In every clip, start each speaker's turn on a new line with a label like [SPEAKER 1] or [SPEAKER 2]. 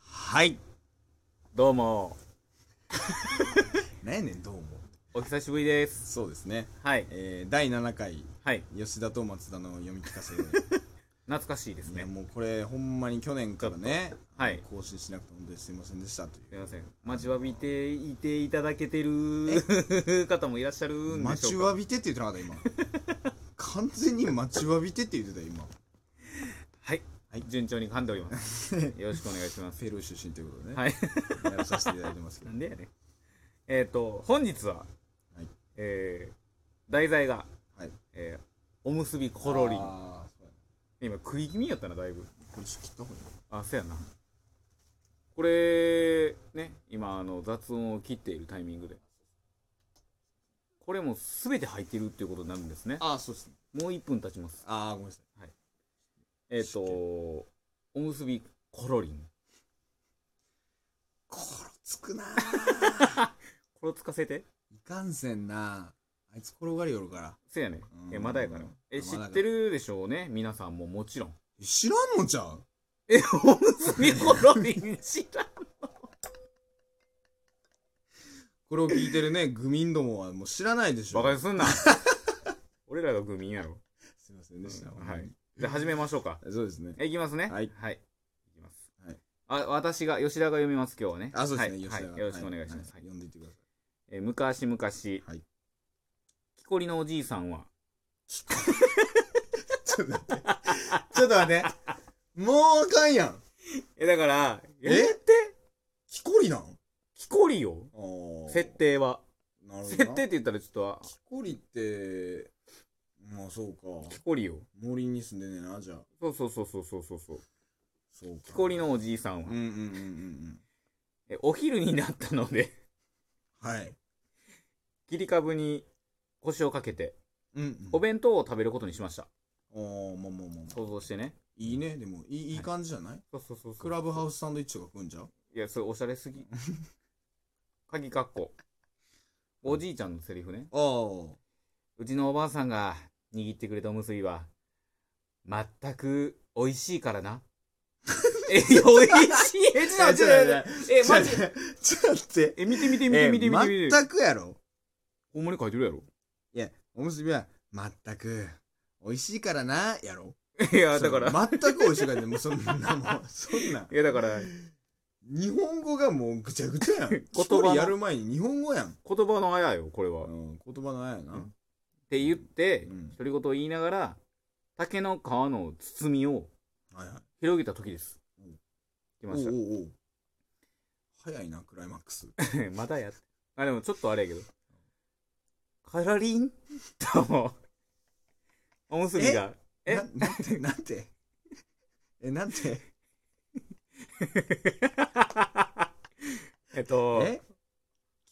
[SPEAKER 1] はいどうも
[SPEAKER 2] 何やねんどうも
[SPEAKER 1] お久しぶりです
[SPEAKER 2] そうですね
[SPEAKER 1] はい
[SPEAKER 2] えー、第7回
[SPEAKER 1] はい
[SPEAKER 2] 吉田と松田の読み聞かせ
[SPEAKER 1] 懐かしいです
[SPEAKER 2] いや
[SPEAKER 1] ね
[SPEAKER 2] もうこれほんまに去年からね、
[SPEAKER 1] はい
[SPEAKER 2] 更新しなくて本当にすいませんでしたとい
[SPEAKER 1] すいません待ちわびていていただけてる 方もいらっしゃる
[SPEAKER 2] うん
[SPEAKER 1] で
[SPEAKER 2] 待
[SPEAKER 1] し
[SPEAKER 2] ち
[SPEAKER 1] ょうか
[SPEAKER 2] わびてって言ってなかった今完全に待ちわびてって言ってた今
[SPEAKER 1] はい、
[SPEAKER 2] はい
[SPEAKER 1] 順調に噛んでおりま すよろしくお願いします
[SPEAKER 2] ペルー出身ということでね、
[SPEAKER 1] はい
[SPEAKER 2] やらさせていただいてますけ
[SPEAKER 1] な
[SPEAKER 2] ど
[SPEAKER 1] んでやねんえっ、と本日は、
[SPEAKER 2] はい
[SPEAKER 1] えー題材が、
[SPEAKER 2] はい
[SPEAKER 1] えーおむすびコロリン
[SPEAKER 2] あーそうや
[SPEAKER 1] 今食い気味やったなだいぶ
[SPEAKER 2] なこれちょっと切った方がいい
[SPEAKER 1] あそうやなこれね今あの雑音を切っているタイミングでこれも全て入ってるっていうことになるんですね
[SPEAKER 2] ああそうですね
[SPEAKER 1] もう1分経ちます
[SPEAKER 2] ああごめんなさい
[SPEAKER 1] えっ、とおむすびコロリン
[SPEAKER 2] ころつくなー
[SPEAKER 1] これをつかせて
[SPEAKER 2] いかんせんなあいつ転がりよるから
[SPEAKER 1] せやね
[SPEAKER 2] うん
[SPEAKER 1] えまだやからえ
[SPEAKER 2] あま
[SPEAKER 1] 知
[SPEAKER 2] だか
[SPEAKER 1] ってるでしょうね皆さんももちろん
[SPEAKER 2] 知らんのじゃん
[SPEAKER 1] えおむすびコロリン知らん
[SPEAKER 2] これを聞いてるね、 グミンどもはもう知らないでしょ。
[SPEAKER 1] バカにすんな俺らが愚民やろ
[SPEAKER 2] すいませんでした。
[SPEAKER 1] うん
[SPEAKER 2] ほんまに
[SPEAKER 1] はじゃあ始めましょうか
[SPEAKER 2] そうですね。
[SPEAKER 1] えいきますね。
[SPEAKER 2] はい
[SPEAKER 1] はい。いきます。
[SPEAKER 2] はい
[SPEAKER 1] あ、私が、吉田が読みます、今日はね。
[SPEAKER 2] あ、そうですね。
[SPEAKER 1] はい
[SPEAKER 2] 吉田
[SPEAKER 1] はいよろしくお願いします。
[SPEAKER 2] は
[SPEAKER 1] はい
[SPEAKER 2] は呼んでいってください。
[SPEAKER 1] えー昔々、
[SPEAKER 2] はい
[SPEAKER 1] 木こりのおじいさんは、
[SPEAKER 2] ちょっと待って。ちょっと待って。もうあかんやん。
[SPEAKER 1] え、だから、
[SPEAKER 2] え
[SPEAKER 1] え
[SPEAKER 2] 木こりなん
[SPEAKER 1] 木こりよ。設。定は。
[SPEAKER 2] なるほどな。
[SPEAKER 1] 設定って言ったらちょっとあ、
[SPEAKER 2] 木こりって、まあそうか
[SPEAKER 1] 木。こりよ。
[SPEAKER 2] 森に住んでねえな、じゃあ。
[SPEAKER 1] そうそうそうそうそうそうそう。
[SPEAKER 2] そうか。
[SPEAKER 1] 木こり。のおじいさん
[SPEAKER 2] う
[SPEAKER 1] は、
[SPEAKER 2] んうんうんうんうん。
[SPEAKER 1] えお昼になったので、
[SPEAKER 2] はい。
[SPEAKER 1] 切り株に腰をかけて、
[SPEAKER 2] うんうん。
[SPEAKER 1] お弁当を食べることにしました。
[SPEAKER 2] おー、まあまあまあまあ。
[SPEAKER 1] 想像してね。
[SPEAKER 2] いいね、でも、いいいい
[SPEAKER 1] はい
[SPEAKER 2] 感じじゃない
[SPEAKER 1] そうそうそうそう
[SPEAKER 2] クラブハウスサンドイッチとか食うんじゃう
[SPEAKER 1] いや、それおしゃれ すぎ。鍵かっこ。おじいちゃんのセリフね。
[SPEAKER 2] ああ。
[SPEAKER 1] うちのおばあさんが握ってくれたおむすびは、全く美味しいか らな。え、美味しいえ、ちょっと待って、ちょっと待って。え、マジ
[SPEAKER 2] ちょっと待って。
[SPEAKER 1] え、見て見て見
[SPEAKER 2] え
[SPEAKER 1] て見て見て見て。
[SPEAKER 2] 全くやろ。
[SPEAKER 1] ほんまに書いてるやろ。
[SPEAKER 2] いや、おむすびは、全く、美味しいからな、やろ。
[SPEAKER 1] いや、 だから、
[SPEAKER 2] その全く美味しいからね、もうそんなもう、そんな。
[SPEAKER 1] いや、だから、
[SPEAKER 2] 日本語がもうぐちゃぐ ちゃやん。言
[SPEAKER 1] 葉の
[SPEAKER 2] 葉やる前に日本語やん。
[SPEAKER 1] 言葉のあやよ、これ
[SPEAKER 2] う
[SPEAKER 1] は。っ
[SPEAKER 2] ん、言葉のあやな。
[SPEAKER 1] うんて言って
[SPEAKER 2] うん、
[SPEAKER 1] 独り言を言いながら、竹の皮の包みを
[SPEAKER 2] はいはい。
[SPEAKER 1] 広げた時です
[SPEAKER 2] うん。
[SPEAKER 1] 来
[SPEAKER 2] お
[SPEAKER 1] ま
[SPEAKER 2] う
[SPEAKER 1] し
[SPEAKER 2] お
[SPEAKER 1] た。
[SPEAKER 2] うおう早いな、クライマックス。
[SPEAKER 1] まだやって。あ、でもちょっとあれやけど。カラリンとも、おむすびが。え
[SPEAKER 2] ななんて、なんて。え、なんて。
[SPEAKER 1] えっと、
[SPEAKER 2] え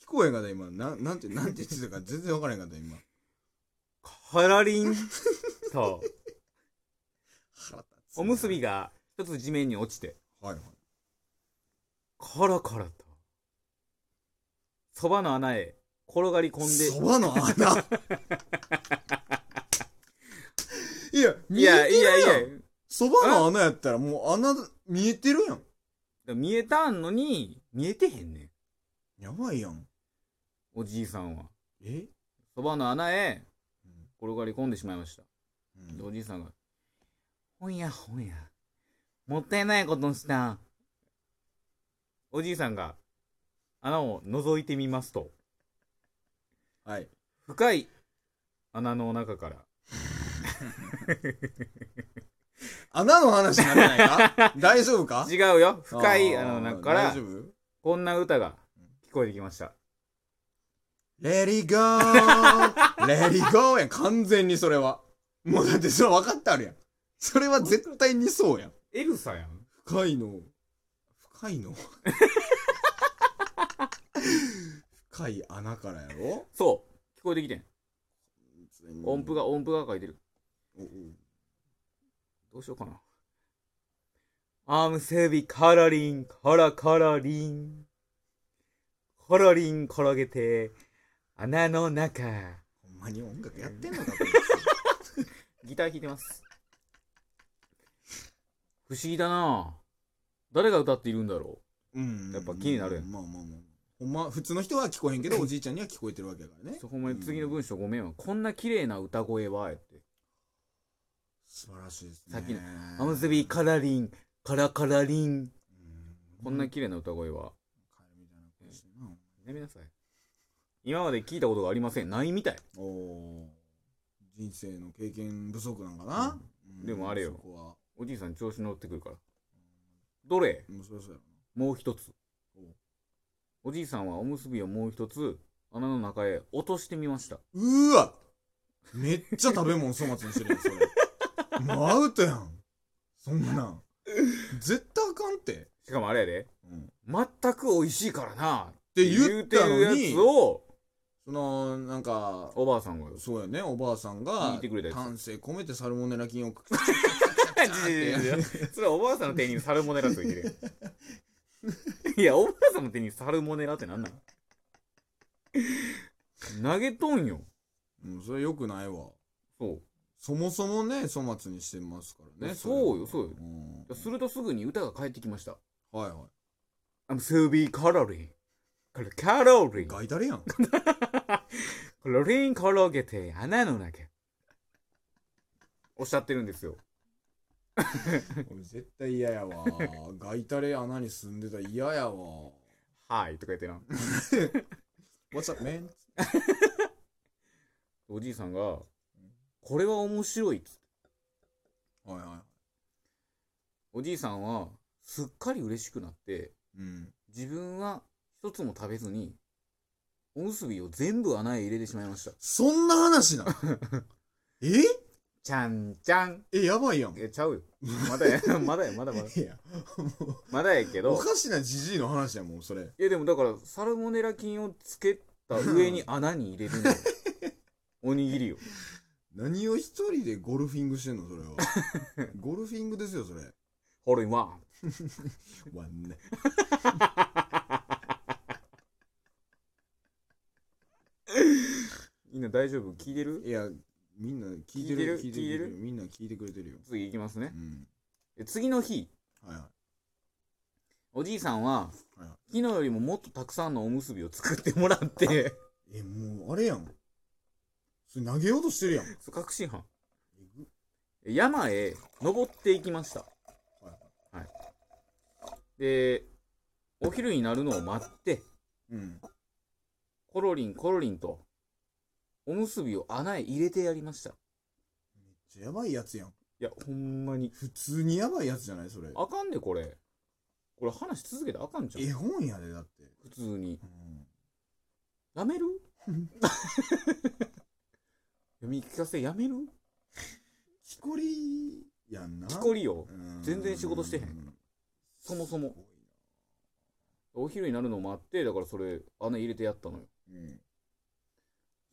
[SPEAKER 2] 聞こえんかった、今。な、なんて、なんて言ってたか全然わからへんかった、今。
[SPEAKER 1] カラリ ンと、
[SPEAKER 2] 腹立つな
[SPEAKER 1] おむすびが一つ地面に落ちて、
[SPEAKER 2] はいはい。
[SPEAKER 1] カラカラと、そばの穴へ転がり込んで、
[SPEAKER 2] そばの穴 いや、見
[SPEAKER 1] い
[SPEAKER 2] えてるや
[SPEAKER 1] や
[SPEAKER 2] ん。
[SPEAKER 1] いやいや、
[SPEAKER 2] そばの穴やったらもう穴見えてるやん。
[SPEAKER 1] 見えたんのに、見えてへんねん。
[SPEAKER 2] やばいやん。
[SPEAKER 1] おじいさんは。
[SPEAKER 2] え、
[SPEAKER 1] そばの穴へ
[SPEAKER 2] うん
[SPEAKER 1] 転がり込んでしまいました。
[SPEAKER 2] うん
[SPEAKER 1] でおじいさんが、ほんやほんや、もったいないことした。おじいさんが、穴を覗いてみますと、
[SPEAKER 2] はい。
[SPEAKER 1] 深い穴の中から、
[SPEAKER 2] 穴の話にならない か大丈夫か
[SPEAKER 1] 違うよ、深い穴の中か
[SPEAKER 2] あー
[SPEAKER 1] ら
[SPEAKER 2] 大丈、夫
[SPEAKER 1] こんな歌が聞こえてきました。
[SPEAKER 2] レディゴーレディゴーやん。完全にそれは。もうだってそれ分かってあるやん。それは絶対にそうやん。
[SPEAKER 1] エルサやん。
[SPEAKER 2] 深いの深いの深い穴からやろ
[SPEAKER 1] そう、聞こえてきてん。音符
[SPEAKER 2] が
[SPEAKER 1] が、音符が書いてる。
[SPEAKER 2] おお
[SPEAKER 1] どうしようかな。アームセビカラリン、カラカラリン。カラリン転げて、穴の中。
[SPEAKER 2] ほんまに音楽やってんのか
[SPEAKER 1] ギター弾いてます。不思議だな誰が歌っているんだろ
[SPEAKER 2] うん
[SPEAKER 1] やっぱ気になるやん
[SPEAKER 2] まあまあまあほんま普通の人は聞こえへんけどおじいちゃんには聞こえてるわけだからね
[SPEAKER 1] そうほんまに次の文章ごめんわ。こんな綺麗な歌声は、やって。
[SPEAKER 2] 素晴らしいですね
[SPEAKER 1] さっきのアムズビーカラリン、カラカラリン。
[SPEAKER 2] うん
[SPEAKER 1] こんな綺麗な歌声は。
[SPEAKER 2] カエルみたいな声してるな
[SPEAKER 1] やめなさい。今まで聞いたことがありません。ないみたい。
[SPEAKER 2] おー人生の経験不足なんかな、うん
[SPEAKER 1] でもあれよ
[SPEAKER 2] そこは
[SPEAKER 1] おじいさん調子乗ってくるから。どれ
[SPEAKER 2] もうそりゃそうやろな
[SPEAKER 1] もう一つ
[SPEAKER 2] お。
[SPEAKER 1] おじいさんはおむすびをもう一つ、穴の中へ落としてみました。
[SPEAKER 2] うーわめっちゃ食べ物粗末にしてるやんそれもうアウトやんそんなん絶対あかんって、
[SPEAKER 1] しかもあれやで。
[SPEAKER 2] うん、って
[SPEAKER 1] 全く美味しいからな。っ
[SPEAKER 2] 言ったの
[SPEAKER 1] 言うてるや
[SPEAKER 2] に
[SPEAKER 1] つを、
[SPEAKER 2] そのなんか
[SPEAKER 1] おばあさんが。
[SPEAKER 2] そうやねおばあさん
[SPEAKER 1] 聞
[SPEAKER 2] が
[SPEAKER 1] いてくれたやつ
[SPEAKER 2] 丹精込めてサルモネラ菌を
[SPEAKER 1] 違う違う違うそれはおばあさんの手にサルモネラついてるやんいやおばあさんの手にサルモネラってなんなん投げとんよ
[SPEAKER 2] うんそれよくないわ
[SPEAKER 1] そ
[SPEAKER 2] そもそもね粗末にしてますからね
[SPEAKER 1] そうよそうよ
[SPEAKER 2] ん
[SPEAKER 1] うするとすぐに歌が返ってきました
[SPEAKER 2] はいは
[SPEAKER 1] I'm Subi カロリンカロリ
[SPEAKER 2] い
[SPEAKER 1] ン
[SPEAKER 2] ガイタレやん
[SPEAKER 1] カロリン転げて穴の中おっしゃってるんですよ
[SPEAKER 2] 俺絶対嫌やわガイタレ穴に住んでたら嫌やわ
[SPEAKER 1] はいとか言ってな
[SPEAKER 2] What's up man?
[SPEAKER 1] おじいさんがこれは面白いっつって
[SPEAKER 2] はいは
[SPEAKER 1] おじいさんはすっかり嬉しくなって
[SPEAKER 2] いうん
[SPEAKER 1] 自分は一つも食べずにおむすびを全部穴へ入れてしまいました
[SPEAKER 2] そんな話な え
[SPEAKER 1] ちゃんちゃん
[SPEAKER 2] えやばいやんい
[SPEAKER 1] えちゃうよまだや まだやまだまだ
[SPEAKER 2] やもう
[SPEAKER 1] まだやけ
[SPEAKER 2] お
[SPEAKER 1] ど
[SPEAKER 2] かしなじじいの話やもんそれ
[SPEAKER 1] いやでもだからサルモネラ菌をつけた上に穴に入 れるのよおにぎりを
[SPEAKER 2] 何を一人でゴルフィングしてんのそれは ゴルフィングですよそれ
[SPEAKER 1] ホールインワン
[SPEAKER 2] わんね
[SPEAKER 1] みんな大丈夫聞いてる
[SPEAKER 2] いやみんな聞いてる
[SPEAKER 1] 聞いてる聞いてる
[SPEAKER 2] みんな聞いてくれてるよ
[SPEAKER 1] 次いきますね
[SPEAKER 2] うん
[SPEAKER 1] え次の日
[SPEAKER 2] はいは
[SPEAKER 1] おじいさんは
[SPEAKER 2] はいはい
[SPEAKER 1] 昨日よりももっとたくさんのおむすびを作ってもらって
[SPEAKER 2] いえもうあれやんそれ投げようとしてるやんえ
[SPEAKER 1] そう確信犯
[SPEAKER 2] ぐ
[SPEAKER 1] 山へ登っていきました
[SPEAKER 2] はい
[SPEAKER 1] でお昼になるのを待って
[SPEAKER 2] うん
[SPEAKER 1] コロリンコロリンとおむすびを穴へ入れてやりましたい
[SPEAKER 2] めっちゃやばいやつやん
[SPEAKER 1] やほんまに
[SPEAKER 2] 普通にやばいやつじゃないそれ
[SPEAKER 1] あかんでこれこれ話し続けてあかんじゃん
[SPEAKER 2] 絵本やでだって、
[SPEAKER 1] 普通に
[SPEAKER 2] うん、
[SPEAKER 1] やめる読み聞かせやめる
[SPEAKER 2] 木こりやんな
[SPEAKER 1] 木こりよ
[SPEAKER 2] うん
[SPEAKER 1] 全然仕事してへんそもそもお昼になるのを待ってだからそれ穴入れてやったのよ
[SPEAKER 2] すごいなうん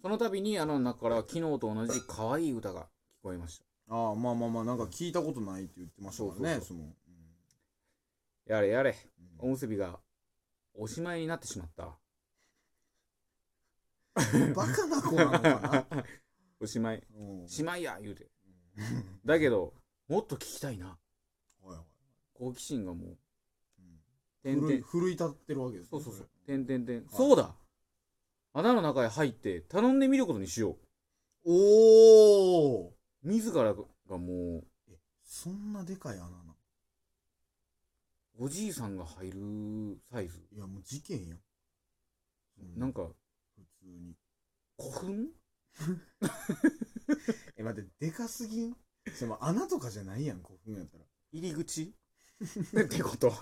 [SPEAKER 1] その度に穴の中から昨日と同じ可愛い歌が聞こえました
[SPEAKER 2] ああまあまあまあなんか聞いたことないって言ってましたからね
[SPEAKER 1] そう
[SPEAKER 2] そのうん
[SPEAKER 1] やれやれ
[SPEAKER 2] う
[SPEAKER 1] お
[SPEAKER 2] ん
[SPEAKER 1] むすびがおしまいになってしまった
[SPEAKER 2] バカな子なのか な
[SPEAKER 1] おしまい
[SPEAKER 2] うん
[SPEAKER 1] しまいや言うてだけどもっと聞きたいな
[SPEAKER 2] はいはい
[SPEAKER 1] 好奇心がもう
[SPEAKER 2] うん
[SPEAKER 1] 点
[SPEAKER 2] 奮い
[SPEAKER 1] 々
[SPEAKER 2] 奮い立ってるわけです
[SPEAKER 1] そ
[SPEAKER 2] ね
[SPEAKER 1] うそうそう
[SPEAKER 2] れ
[SPEAKER 1] 点々点そうだ穴の中へ入って頼んでみることにしよ
[SPEAKER 2] おお
[SPEAKER 1] う自らがもう
[SPEAKER 2] そんなでかい穴なの
[SPEAKER 1] おじいさんが入るサイズ
[SPEAKER 2] いやもう事件やんう
[SPEAKER 1] なんか
[SPEAKER 2] 普通に
[SPEAKER 1] 古墳
[SPEAKER 2] え待ってでかすぎんその穴とかじゃないやん古墳やったら
[SPEAKER 1] 入り口 ってこと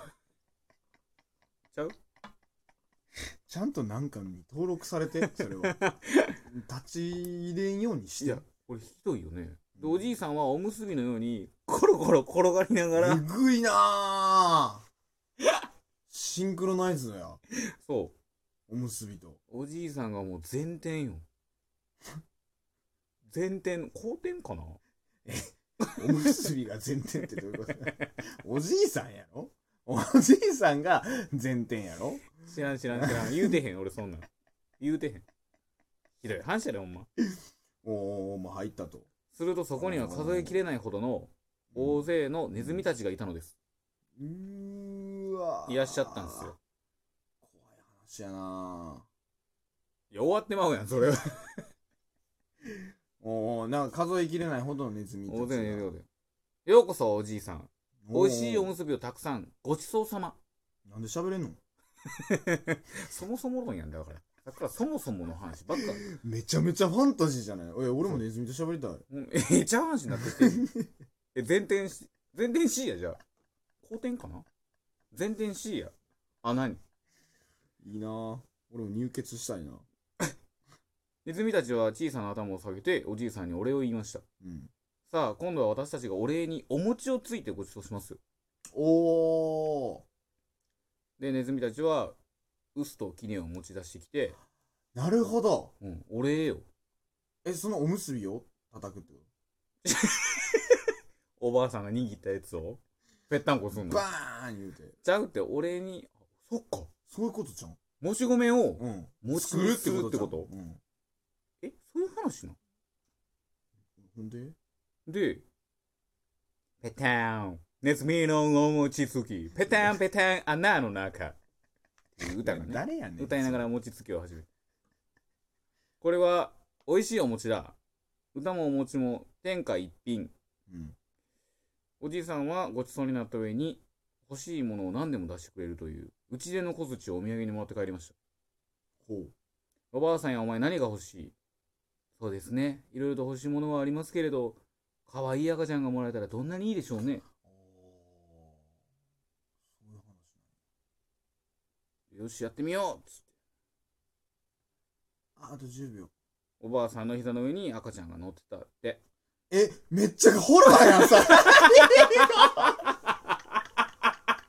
[SPEAKER 2] ちゃんとなんかに登録され てそれは立ち入れんようにし
[SPEAKER 1] い
[SPEAKER 2] て
[SPEAKER 1] やこれひどいよねでおじいさんはおむすびのようにコロコロ転がりながら
[SPEAKER 2] えぐいなあシンクロナイズだよ
[SPEAKER 1] そう
[SPEAKER 2] おむすびと
[SPEAKER 1] おじいさんがもう前転よ。前転、後転かな
[SPEAKER 2] おむすびが前転ってどういうことおじいさんやろおじいさんが前転やろ
[SPEAKER 1] 知らん知らん知らん。言うてへん、俺そんなん。言うてへん。ひどい話やで、ほんま。
[SPEAKER 2] おおまあ入ったと
[SPEAKER 1] するとそこには数えきれないほどの大勢のネズミたちがいたのです。
[SPEAKER 2] うーわわ
[SPEAKER 1] いらっしゃったんですよ。
[SPEAKER 2] 怖い話やない
[SPEAKER 1] や、終わってまうやん、それは。
[SPEAKER 2] おおなんか数えきれないほどのネズミたちが
[SPEAKER 1] 大勢のようで。ようこそ、おじいさん。
[SPEAKER 2] お
[SPEAKER 1] 美
[SPEAKER 2] ー
[SPEAKER 1] 味しいおむすびをたくさん、ごちそうさま。
[SPEAKER 2] なんで喋れんの
[SPEAKER 1] そもそも論やんだよだから。だから、そもそもの話ばっか。
[SPEAKER 2] めちゃめちゃファンタジーじゃないえ俺もネズミと喋りたい
[SPEAKER 1] うんええちゃう話になってきてる。え、前転し、前転 C や、じゃあ。後転かな前転 C や。あ、何
[SPEAKER 2] いいなぁ俺も入血したいな
[SPEAKER 1] ネズミたちは小さな頭を下げて、おじいさんにお礼を言いました。
[SPEAKER 2] うん
[SPEAKER 1] さあ、今度は私たちがお礼にお餅をついてごちそうしますよ。
[SPEAKER 2] おー
[SPEAKER 1] で、ネズミたちは、ウスとキネを持ち出してきて、
[SPEAKER 2] なるほど
[SPEAKER 1] うん、お礼よ。
[SPEAKER 2] えそのおむすびを叩くってこ
[SPEAKER 1] おばあさんが握ったやつを、ぺったんこすん
[SPEAKER 2] と
[SPEAKER 1] の。
[SPEAKER 2] バーン言うて
[SPEAKER 1] ちゃうって、お礼に、あそっか。
[SPEAKER 2] そういうことじゃん
[SPEAKER 1] もち米を、
[SPEAKER 2] うん
[SPEAKER 1] もち米するってこと
[SPEAKER 2] じゃんうん
[SPEAKER 1] え、そういう話な
[SPEAKER 2] ほんで
[SPEAKER 1] で、ペタン、ネズミのお餅つき、ペタンペタン穴の中。っていう歌がね、
[SPEAKER 2] 誰やねん
[SPEAKER 1] 歌いながら餅つきを始める。これは、美味しいお餅だ。歌もお餅も天下一品。
[SPEAKER 2] うん
[SPEAKER 1] おじいさんはごちそうになった上に、欲しいものを何でも出してくれるという、うちでの小槌をお土産にもらって帰りました。
[SPEAKER 2] ほう
[SPEAKER 1] おばあさんやお前何が欲しいそうですね。いろいろと欲しいものはありますけれど、可愛い赤ちゃんがもらえたらどんなにいいでしょうね。
[SPEAKER 2] おーそういう話
[SPEAKER 1] よし、やってみようっつって。
[SPEAKER 2] なのああと10秒
[SPEAKER 1] おばあさんの膝の上に赤ちゃんが乗ってたって。
[SPEAKER 2] えめっちゃホラーやんさ